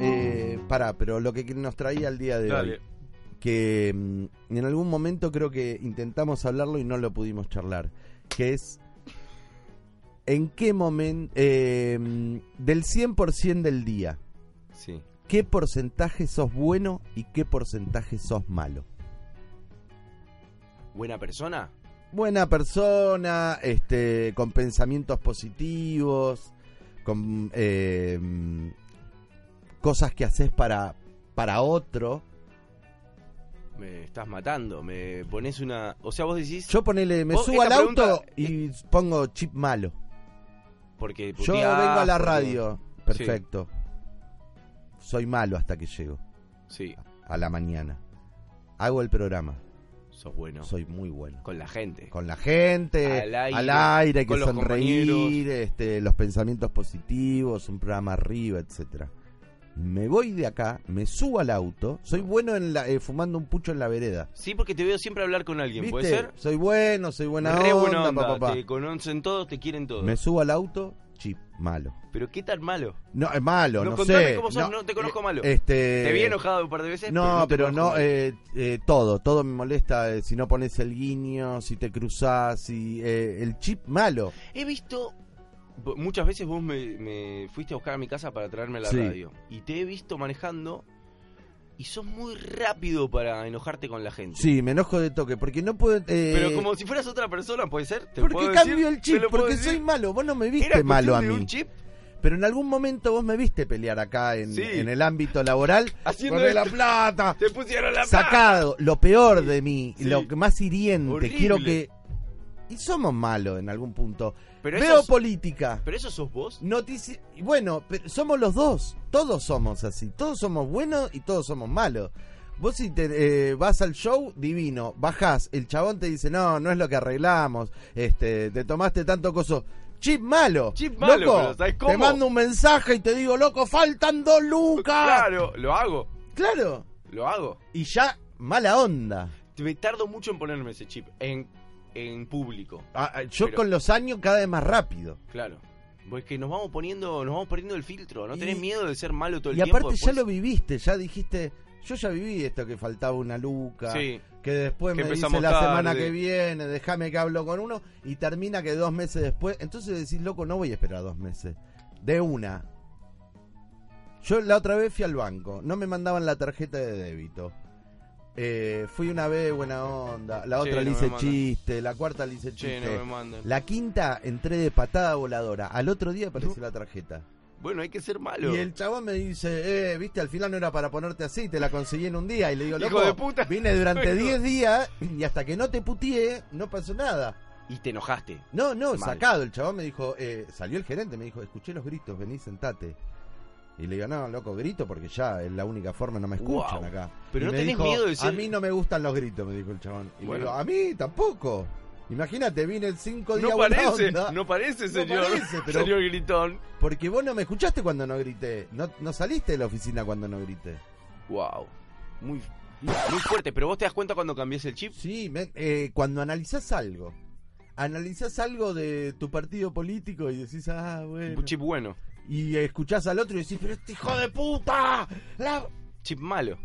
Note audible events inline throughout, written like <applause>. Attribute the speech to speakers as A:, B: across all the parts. A: Eh, Pará, pero lo que nos traía el día de hoy,
B: Dale.
A: que mm, en algún momento creo que intentamos hablarlo y no lo pudimos charlar, que es en qué momento, del 100% del día,
C: Sí.
A: ¿qué porcentaje sos bueno y qué porcentaje sos malo?
C: ¿Buena persona?
A: buena persona, este, con pensamientos positivos, con eh, cosas que haces para, para otro.
C: Me estás matando. Me pones una. O sea, vos decís.
A: Yo ponele, me
C: Vos,
A: subo al
C: esta pregunta-
A: auto y pongo chip malo.
C: Porque
A: Yo
C: puteás,
A: vengo a la
C: porque-
A: radio, perfecto. Soy malo hasta que llego
C: Sí,
A: a la mañana. Hago el programa,
C: sos bueno.
A: soy muy bueno.
C: Con la gente.
A: Con la gente, al
C: Al
A: aire,
C: aire,
A: hay que
C: con los
A: sonreír,
C: compañeros.
A: este, los pensamientos positivos, un programa arriba, etcétera. Me voy de acá, me subo al auto, soy bueno en la, eh, fumando un pucho en la vereda.
C: Sí, porque te veo siempre hablar con alguien,
A: ¿Viste?
C: ¿puede ser?
A: Soy bueno, soy buena
C: Re buena
A: onda, pa,
C: onda,
A: pa, pa.
C: Te conocen todos, te quieren todos.
A: Me subo al auto, chip, malo.
C: Pero qué tan malo.
A: No, es malo, no,
C: No, contame
A: sé.
C: cómo sos, no te conozco malo.
A: Este,
C: te vi enojado un par de veces.
A: No,
C: te
A: pero
C: conozco
A: no,
C: malo.
A: eh, eh, todo, todo me molesta. eh, si no pones el guiño, si te cruzas, si eh, el chip malo.
C: He visto. bo- Muchas veces vos me, me fuiste a buscar a mi casa para traerme a la
A: Sí.
C: radio. Y te he visto manejando. Y sos muy rápido para enojarte con la gente.
A: Sí, me enojo de toque, porque no puedo... eh,
C: Pero como si fueras otra persona, ¿puede ser? ¿Te
A: porque
C: puedo
A: cambio
C: decir?
A: el
C: ¿Te
A: chip,
C: lo puedo
A: porque
C: decir?
A: soy malo, vos no me viste
C: ¿Era
A: malo a
C: cuestión de
A: mí.
C: un chip?
A: Pero en algún momento vos me viste pelear acá en,
C: Sí.
A: en el ámbito laboral.
C: Haciendo
A: Poné la
C: esto.
A: plata,
C: Te pusieron la
A: sacado, lo peor de mí,
C: Sí.
A: lo que más hiriente,
C: Horrible.
A: quiero que... Y somos malos en algún punto.
C: Pero
A: Veo
C: eso, sos-
A: política.
C: pero eso sos vos.
A: Notici y bueno, pero somos los dos, todos somos así, todos somos buenos y todos somos malos. Vos si te eh, vas al show, divino, bajás, el chabón te dice, no, no es lo que arreglamos, este, te tomaste tanto coso. Chip malo.
C: Chip malo,
A: loco,
C: pero ¿sabés
A: Te
C: cómo?
A: mando un mensaje y te digo, loco, faltan dos lucas.
C: Claro, lo hago.
A: Claro.
C: Lo hago.
A: Y ya, mala onda.
C: Me tardo mucho en ponerme ese chip. En, en público.
A: Ah, ah, yo
C: Pero-
A: con los años cada vez más rápido.
C: Claro. Pues que nos vamos poniendo, nos vamos perdiendo el filtro. No tenés
A: Y-
C: miedo de ser malo todo el
A: Y aparte
C: tiempo. pues.
A: ya lo viviste, ya dijiste, yo ya viví esto que faltaba una luca.
C: Sí.
A: que después
C: Que
A: me dice
C: empezamos
A: la semana
C: tarde.
A: que viene, déjame que hablo con uno, y termina que dos meses después, entonces decís, loco, no voy a esperar dos meses, de una. Yo la otra vez fui al banco, no me mandaban la tarjeta de débito. Eh, fui una vez buena onda, la
C: Che,
A: otra le
C: no me
A: hice
C: mandan.
A: chiste, la cuarta le hice
C: Che,
A: chiste.
C: no me mandan.
A: La quinta entré de patada voladora, al otro día apareció la tarjeta.
C: Bueno, hay que ser malo.
A: Y el chabón me dice, eh, viste, al final no era para ponerte así, te la conseguí en un día. Y le digo,
C: Hijo
A: loco,
C: de puta.
A: vine durante
C: Hijo de-
A: 10 días y hasta que no te putié, no pasó nada.
C: Y te enojaste.
A: No, no,
C: Mal.
A: sacado. El chabón me dijo, eh, salió el gerente, me dijo, escuché los gritos, vení, sentate. Y le digo, no, loco, grito porque ya es la única forma, no me escuchan
C: Wow.
A: acá.
C: Pero
A: Y
C: no
A: me
C: tenés
A: dijo,
C: miedo de
A: A
C: ser-
A: mí no me gustan los gritos, me dijo el chabón. Y
C: Bueno.
A: le digo, a mí tampoco. Imagínate, vine el 5 días
C: No
A: buena
C: parece,
A: onda.
C: no parece,
A: No
C: señor.
A: parece, pero-
C: Señor Gritón.
A: Porque vos no me escuchaste cuando no grité. No, no saliste de la oficina cuando no grité.
C: Wow. Muy, muy fuerte. Pero vos te das cuenta cuando cambias el chip.
A: Sí, men, eh, cuando analizás algo, analizás algo de tu partido político y decís, ah, bueno.
C: Un Chip bueno.
A: Y escuchás al otro y decís, pero este hijo de puta. la-".
C: Chip malo.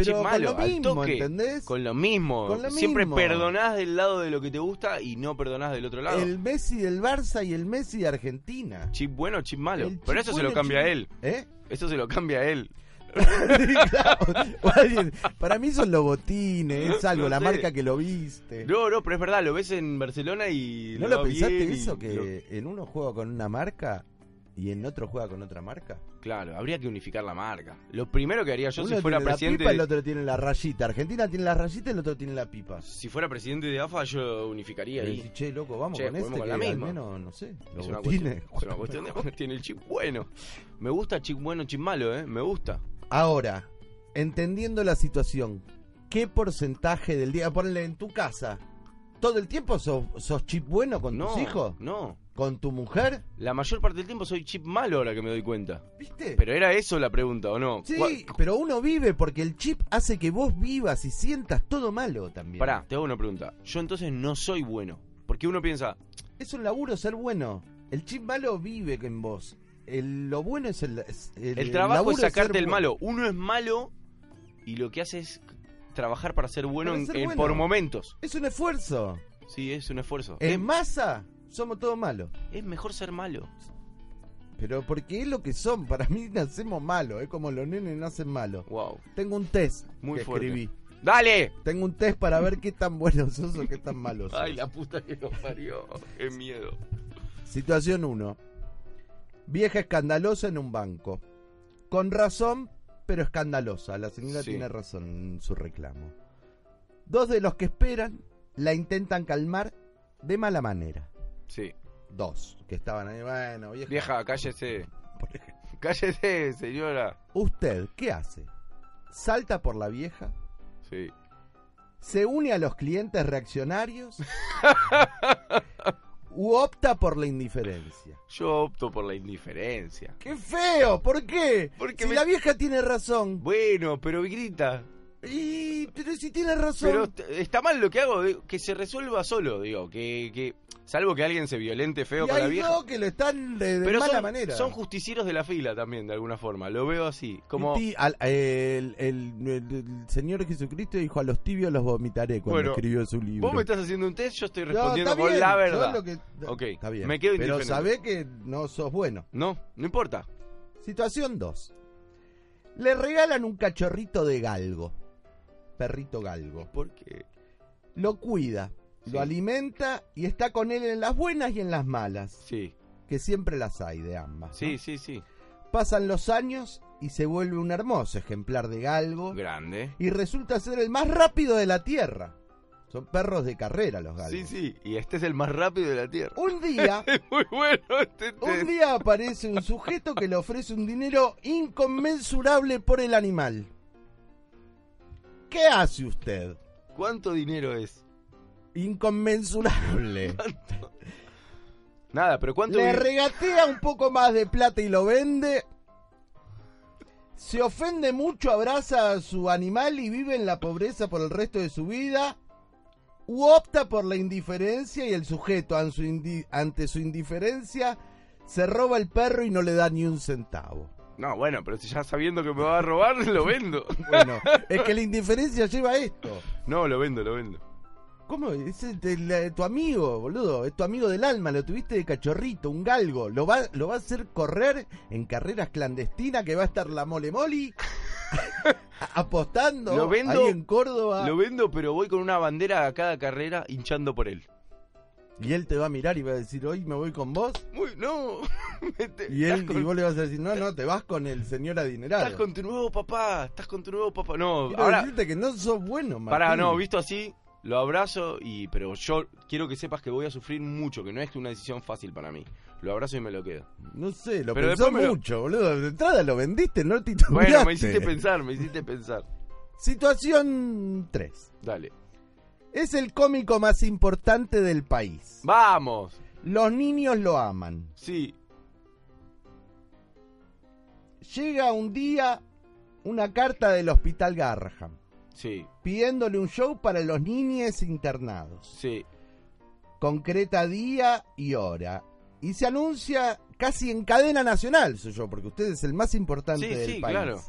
C: Che,
A: Pero
C: malo,
A: con lo
C: al
A: mismo,
C: toque,
A: ¿entendés?
C: Con lo mismo.
A: Con lo
C: Siempre
A: mismo.
C: perdonás del lado de lo que te gusta y no perdonás del otro lado.
A: El Messi del Barça y el Messi de Argentina.
C: Chip bueno, chip malo.
A: El
C: Pero
A: chip
C: eso se
A: bueno,
C: lo cambia
A: chip-
C: a él.
A: ¿Eh? <laughs>
C: Eso se lo cambia a él.
A: Sí, claro. <laughs> Oye, Para mí son los botines, es algo,
C: No
A: la
C: sé.
A: marca que lo viste.
C: No, no, pero es verdad, lo ves en Barcelona y.
A: ¿No
C: le
A: lo
C: va
A: pensaste
C: bien y
A: eso? Que
C: lo-
A: en uno juega con una marca y en otro juega con otra marca.
C: Claro, habría que unificar la marca. Lo primero que haría yo si fuera
A: tiene
C: presidente.
A: la pipa, el otro tiene la rayita. Argentina tiene la rayita, el otro tiene la pipa.
C: Si fuera presidente de AFA, yo unificaría
A: Y
C: ahí.
A: decís, che, loco, vamos
C: Che,
A: con este
C: juguemos
A: que
C: con la
A: al
C: misma.
A: menos, no sé, los
C: Es una,
A: botines.
C: cuestión,
A: <laughs>
C: es una cuestión de dónde tiene el chip bueno. Me gusta chip bueno, chip malo, ¿eh? Me gusta.
A: Ahora, entendiendo la situación, ¿qué porcentaje del día, ponle en tu casa, todo el tiempo sos, sos chip bueno con
C: no,
A: tus hijos?
C: No.
A: ¿Con tu mujer?
C: La mayor parte del tiempo soy chip malo ahora que me doy cuenta.
A: ¿Viste?
C: Pero era eso la pregunta, ¿o no?
A: Eh. sí,
C: ¿Cuál-
A: pero uno vive porque el chip hace que vos vivas y sientas todo malo también.
C: Pará, te hago una pregunta. Yo entonces no soy bueno. Porque uno piensa,
A: Es un laburo ser bueno. El chip malo vive en vos. el- lo bueno es el. es el- laburo
C: El trabajo es
A: de ser
C: sacarte el
A: bu-
C: malo. Uno es malo y lo que hace es trabajar para ser bueno,
A: Para
C: en-
A: ser
C: en-
A: bueno.
C: por momentos.
A: Es un esfuerzo.
C: Sí, es un esfuerzo.
A: En
C: Es-
A: masa somos todos malos.
C: es mejor ser malo.
A: Pero porque es lo que son. Para mí nacemos malos. Es como los nenes nacen malos.
C: Wow.
A: Tengo un test
C: Muy
A: que
C: fuerte.
A: escribí.
C: ¡Dale!
A: Tengo un test para ver qué tan buenos sos o qué tan malos sos.
C: Ay, la puta que nos parió. Qué miedo.
A: Situación 1. Vieja escandalosa en un banco. Con razón, pero escandalosa. La señora
C: Sí.
A: tiene razón en su reclamo. Dos de los que esperan la intentan calmar de mala manera.
C: Sí.
A: Dos que estaban ahí, bueno, vieja.
C: Vieja, cállese.
A: por ejemplo.
C: <laughs> Cállese, señora.
A: ¿Usted qué hace? ¿Salta por la vieja?
C: Sí.
A: ¿Se une a los clientes <laughs> reaccionarios? ¿U opta por la indiferencia?
C: Yo opto por la indiferencia.
A: ¡Qué feo! ¿Por qué?
C: Porque
A: si
C: me-
A: la vieja tiene razón.
C: Bueno, pero grita.
A: Y... Pero si tiene razón.
C: Pero est- está mal lo que hago, digo, que se resuelva solo, digo, que, que salvo que alguien se violente feo
A: y
C: con la
A: hay
C: vieja.
A: dos que lo están de, de
C: pero
A: mala
C: son,
A: manera.
C: son justicieros de la fila también, de alguna forma. Lo veo así. Como
A: Ti- al- el, el- el- el Señor Jesucristo dijo a los tibios los vomitaré cuando
C: Bueno,
A: escribió su libro.
C: vos me estás haciendo un test, yo estoy
A: No,
C: respondiendo
A: está
C: con
A: bien,
C: la
A: yo
C: verdad.
A: lo que-
C: Ok,
A: Está bien.
C: me quedo
A: Pero
C: indiferente.
A: sabés que no sos bueno.
C: No, no importa.
A: Situación 2. Le regalan un cachorrito de galgo. Perrito galgo.
C: Porque
A: Lo cuida,
C: Sí.
A: lo alimenta y está con él en las buenas y en las malas.
C: sí,
A: Que siempre las hay de ambas.
C: sí,
A: ¿no?
C: sí, sí.
A: Pasan los años y se vuelve un hermoso ejemplar de galgo.
C: Grande.
A: Y resulta ser el más rápido de la tierra. Son perros de carrera los galgos.
C: Sí, sí, y este es el más rápido de la Tierra. <laughs>
A: Un día,
C: Es muy bueno este
A: un
C: test.
A: día aparece un sujeto que le ofrece un dinero inconmensurable por el animal. ¿Qué hace usted?
C: ¿Cuánto dinero es?
A: Inconmensurable.
C: Nada, pero ¿cuánto
A: Le
C: dinero?
A: regatea un poco más de plata y lo vende. Se ofende mucho, abraza a su animal y vive en la pobreza por el resto de su vida. U opta por la indiferencia y el sujeto an- su indi- ante su indiferencia se roba el perro y no le da ni un centavo.
C: No, bueno, pero si ya sabiendo que me va a robar, <laughs> lo vendo.
A: Bueno, es que la indiferencia lleva a esto.
C: No, lo vendo, lo vendo.
A: ¿Cómo? Es el- el- eh, tu amigo, boludo. Es tu amigo del alma. Lo tuviste de cachorrito, un galgo. Lo va, lo va a hacer correr en carreras clandestinas que va a estar la mole moli <laughs> a- apostando
C: Lo vendo-
A: ahí en Córdoba.
C: Lo vendo, pero voy con una bandera a cada carrera hinchando por él.
A: Y él te va a mirar y va a decir, hoy me voy con vos.
C: Muy, no. <laughs> Mete-
A: Y, él,
C: estás,
A: y
C: con,
A: vos le vas a decir, no, no, te vas con el señor
C: estás
A: adinerado.
C: con tu nuevo papá, estás con tu nuevo papá. No,
A: Quiero
C: ahora,
A: decirte que no sos bueno, Martín.
C: para, no, visto así, lo abrazo y, pero yo quiero que sepas que voy a sufrir mucho, que no es una decisión fácil para mí. Lo abrazo y me lo quedo.
A: No sé, lo
C: Pero
A: pensó
C: después me lo-
A: mucho, boludo. De entrada lo vendiste, no titulaste.
C: Bueno, me hiciste pensar, me hiciste pensar.
A: Situación 3.
C: Dale.
A: Es el cómico más importante del país.
C: Vamos.
A: Los niños lo aman.
C: Sí,
A: Llega un día una carta del Hospital Garraham
C: sí,
A: pidiéndole un show para los niños internados.
C: sí.
A: Concreta día y hora. Y se anuncia casi en cadena nacional, soy yo, porque usted es el más importante
C: Sí,
A: del
C: sí,
A: país.
C: claro.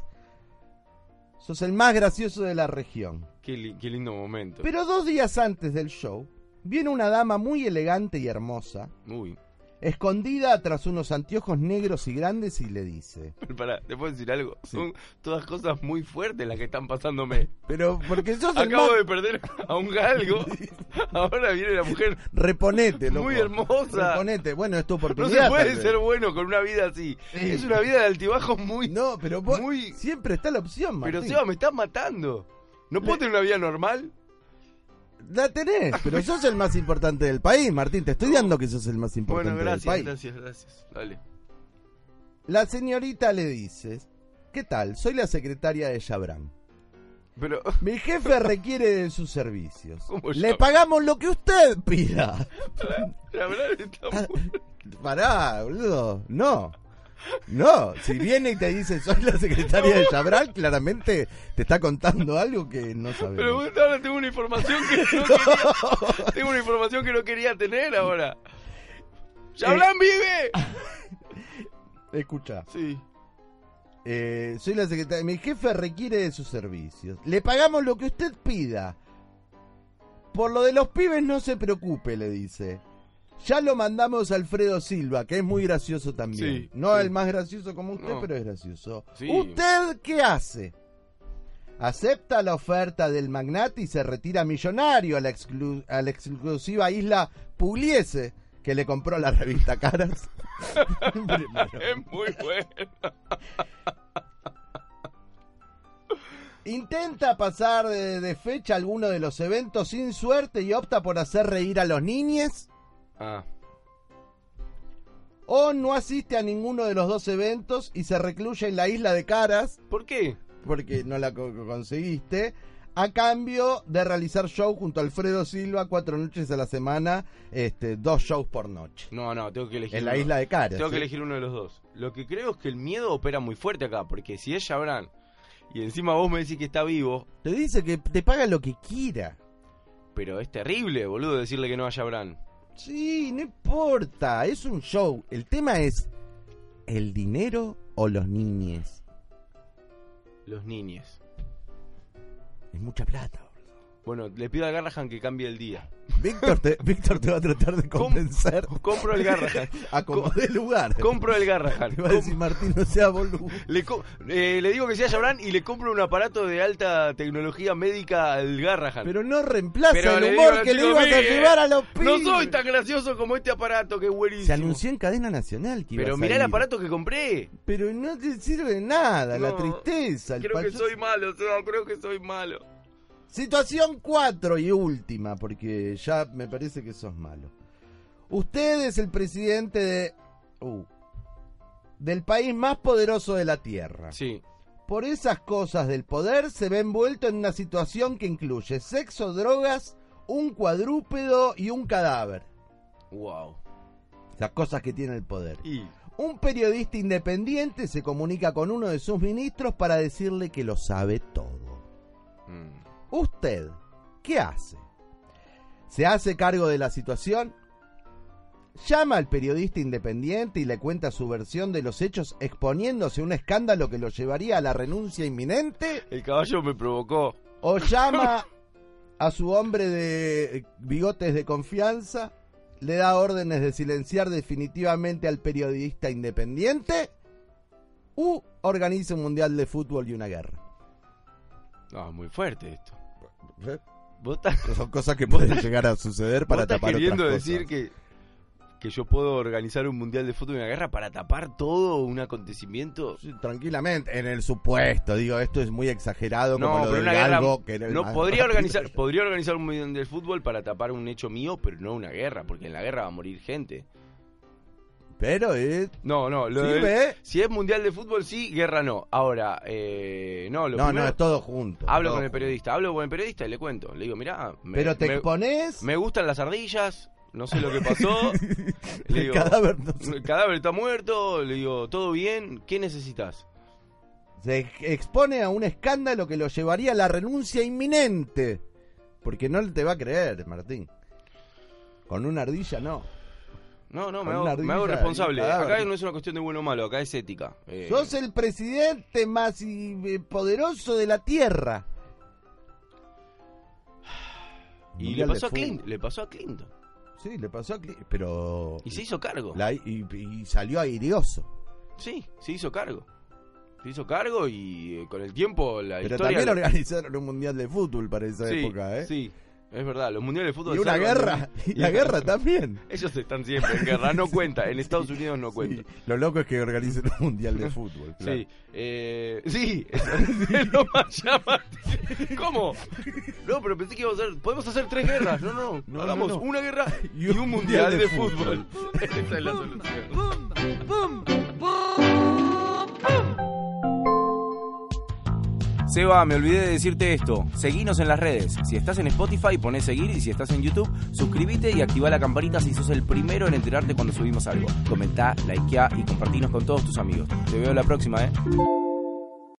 A: Sos el más gracioso de la región.
C: Qué, li- qué lindo momento.
A: Pero dos días antes del show, viene una dama muy elegante y hermosa,
C: Uy,
A: escondida tras unos anteojos negros y grandes y le dice,
C: <laughs> pero pará, te puedo decir algo. Son todas cosas muy fuertes las que están
A: <laughs>
C: pasándome.
A: pero porque sos el
C: Acabo
A: más-
C: de perder a
A: <laughs>
C: un galgo. Ahora viene la mujer.
A: Reponete, loco.
C: <laughs> Muy hermosa.
A: Reponete. Bueno, es tu
C: No
A: oportunidad.
C: se puede
A: tal vez.
C: ser bueno con una vida así.
A: Sí.
C: Es una vida de altibajos muy.
A: No, pero vos-
C: Muy-
A: siempre está la opción,
C: pero
A: Martín.
C: Seba, me estás matando. ¿No puedo tener una vida normal?
A: La tenés, pero sos el más importante del país, Martín. Te estoy dando que sos el más importante
C: Bueno,
A: del
C: gracias,
A: país.
C: gracias, gracias. Dale.
A: La señorita le dice, ¿qué tal? Soy la secretaria de Chabran.
C: Pero, <laughs>
A: Mi jefe requiere de sus servicios.
C: ¿Cómo
A: Le
C: Jabran?
A: pagamos lo que usted pida.
C: la verdad está
A: <laughs>
C: muy-
A: Pará, boludo. No. No, si viene y te dice soy la secretaria de Chabral, claramente te está contando algo que no sabemos.
C: Pero bueno, ahora tengo una información que
A: <laughs>
C: no quería. Tengo una
A: Eh,
C: información que no quería tener ahora. ¡Yablán vive!
A: Escucha.
C: Sí.
A: Eh, soy la secretaria. Mi jefe requiere de sus servicios. Le pagamos lo que usted pida. Por lo de los pibes no se preocupe, le dice. Ya lo mandamos a Alfredo Silva, que es muy gracioso también.
C: Sí,
A: no
C: sí.
A: el más gracioso como usted,
C: No.
A: pero es gracioso.
C: Sí.
A: ¿Usted qué hace? Acepta la oferta del magnate y se retira millonario a la, exclu- a la exclusiva isla Pugliese, que le compró la revista
C: <laughs>
A: Caras. Primero.
C: Es muy bueno.
A: Intenta pasar de, de fecha alguno de los eventos sin suerte y opta por hacer reír a los niñes.
C: Ah,
A: O no asiste a ninguno de los dos eventos y se recluye en la isla de Caras,
C: ¿por qué?
A: porque no la co- conseguiste, a cambio de realizar show junto a Alfredo Silva cuatro noches a la semana, este, dos shows por noche.
C: No, no, tengo que elegir.
A: En la
C: uno.
A: isla de Caras.
C: Tengo que
A: ¿eh?
C: elegir uno de los dos. Lo que creo es que el miedo opera muy fuerte acá, porque si es Chabran y encima vos me decís que está vivo,
A: Te dice que te paga lo que quiera.
C: pero es terrible, boludo, decirle que no a Chabran.
A: Sí, no importa, es un show. El tema es el dinero o los niñes.
C: Los niñes.
A: Es mucha plata, boludo.
C: Bueno, le pido a Garrahan que cambie el día.
A: Víctor
C: <laughs>
A: te, Víctor te va a tratar de
C: ¿Cómo?
A: convencer
C: Compro el
A: <laughs>
C: Garrahan.
A: a como de lugar.
C: Compro el Garrahan.
A: Te va a decir Martín, no sea boludo.
C: Le, co- eh, le digo que sea Chabran y le compro un aparato de alta tecnología médica al Garrahan.
A: Pero no reemplaza
C: Pero le
A: el
C: digo
A: humor
C: al
A: que le
C: chico,
A: ibas a
C: "Mire,
A: llevar a los
C: no
A: pibes.
C: soy tan gracioso como este aparato, que es buenísimo.
A: Se anunció en cadena nacional que
C: Pero
A: ibas a
C: mirá el
A: ir.
C: aparato que compré.
A: Pero no te sirve de nada, la
C: No,
A: tristeza. El
C: Creo que
A: payaso.
C: soy malo, o sea, creo que soy malo.
A: Situación 4 y última, porque ya me parece que sos malo. Usted es el presidente de... uh, del país más poderoso de la Tierra.
C: Ah. Sí.
A: Por esas cosas del poder se ve envuelto en una situación que incluye sexo, drogas, un cuadrúpedo y un cadáver.
C: Wow.
A: Las cosas que tiene el poder.
C: Y
A: Un periodista independiente se comunica con uno de sus ministros para decirle que lo sabe todo.
C: mm,
A: ¿Usted qué hace? ¿Se hace cargo de la situación? Llama al periodista independiente y le cuenta su versión de los hechos exponiéndose un escándalo que lo llevaría a la renuncia inminente.
C: el caballo me provocó.
A: O llama a su hombre de bigotes de confianza, le da órdenes de silenciar definitivamente al periodista independiente, u organiza un mundial de fútbol y una guerra.
C: No, es muy fuerte esto. Vos estás,
A: Son cosas que pueden llegar a suceder
C: ¿Eh?
A: <laughs>
C: vos
A: para
C: estás
A: tapar
C: queriendo
A: otras
C: decir
A: cosas.
C: que que yo puedo organizar un mundial de fútbol y una guerra para tapar todo un acontecimiento.
A: Sí, tranquilamente, en el supuesto, digo, esto es muy exagerado
C: No,
A: como lo
C: pero
A: del
C: una guerra
A: galgo, que era el
C: no
A: más
C: podría
A: rápido.
C: organizar, podría organizar un mundial de fútbol para tapar un hecho mío, pero no una guerra, porque en la guerra va a morir gente.
A: Pero es...
C: No, no, lo
A: ¿sí
C: del-
A: ve?
C: si es mundial de fútbol sí, guerra no. Ahora, eh, no, lo
A: No,
C: primero-
A: no, es todo junto.
C: hablo
A: todo
C: con el
A: junto.
C: periodista, hablo con el periodista y le cuento, le digo, mirá, me-
A: Pero te
C: me-
A: expones...
C: Me gustan las ardillas, no sé lo
A: <laughs>
C: que pasó. le
A: El
C: digo,
A: cadáver no se-
C: el cadáver está muerto, le digo, todo bien, ¿qué necesitas?
A: Se expone a un escándalo que lo llevaría a la renuncia inminente. Porque no te va a creer, Martín. Con una ardilla no.
C: No, no, me
A: Con una
C: hago, me hago
A: ardilla y
C: responsable.
A: un cadáver.
C: Acá no es una cuestión de bueno o malo, acá es ética. Eh,
A: Sos el presidente más y- eh, poderoso de la Tierra.
C: <sighs> y le
A: Mundial
C: pasó
A: de
C: a
A: fútbol.
C: Clint, le pasó a Clinton.
A: Sí, le pasó a Clint. Pero...
C: Y se hizo cargo.
A: la- y, y salió airioso.
C: Sí, se hizo cargo. Se hizo cargo y eh, con el tiempo la
A: Pero
C: historia...
A: también organizaron un mundial de fútbol para esa
C: sí,
A: época, ¿eh?
C: sí, es verdad. Los mundiales de fútbol...
A: Y una
C: salvan-
A: guerra. Y la guerra también.
C: Ellos están siempre en guerra, no cuenta. En Estados Unidos no cuenta.
A: <laughs> Sí, Lo loco es que organicen un mundial de fútbol. claro.
C: Sí, eh, sí, <laughs> es lo más llamativo. ¿Cómo? No, pero pensé que íbamos a hacer. Podemos hacer tres guerras. No, no,
A: No,
C: Hagamos
A: no, no.
C: una guerra y un, mundial, de, fútbol. <laughs> Esa es la solución. Seba, me olvidé de decirte esto. Seguinos en las redes. Si estás en Spotify, poné seguir. Y si estás en YouTube, suscríbete y activa la campanita si sos el primero en enterarte cuando subimos algo. Comentá, likea y compartinos con todos tus amigos. Te veo la próxima, ¿eh?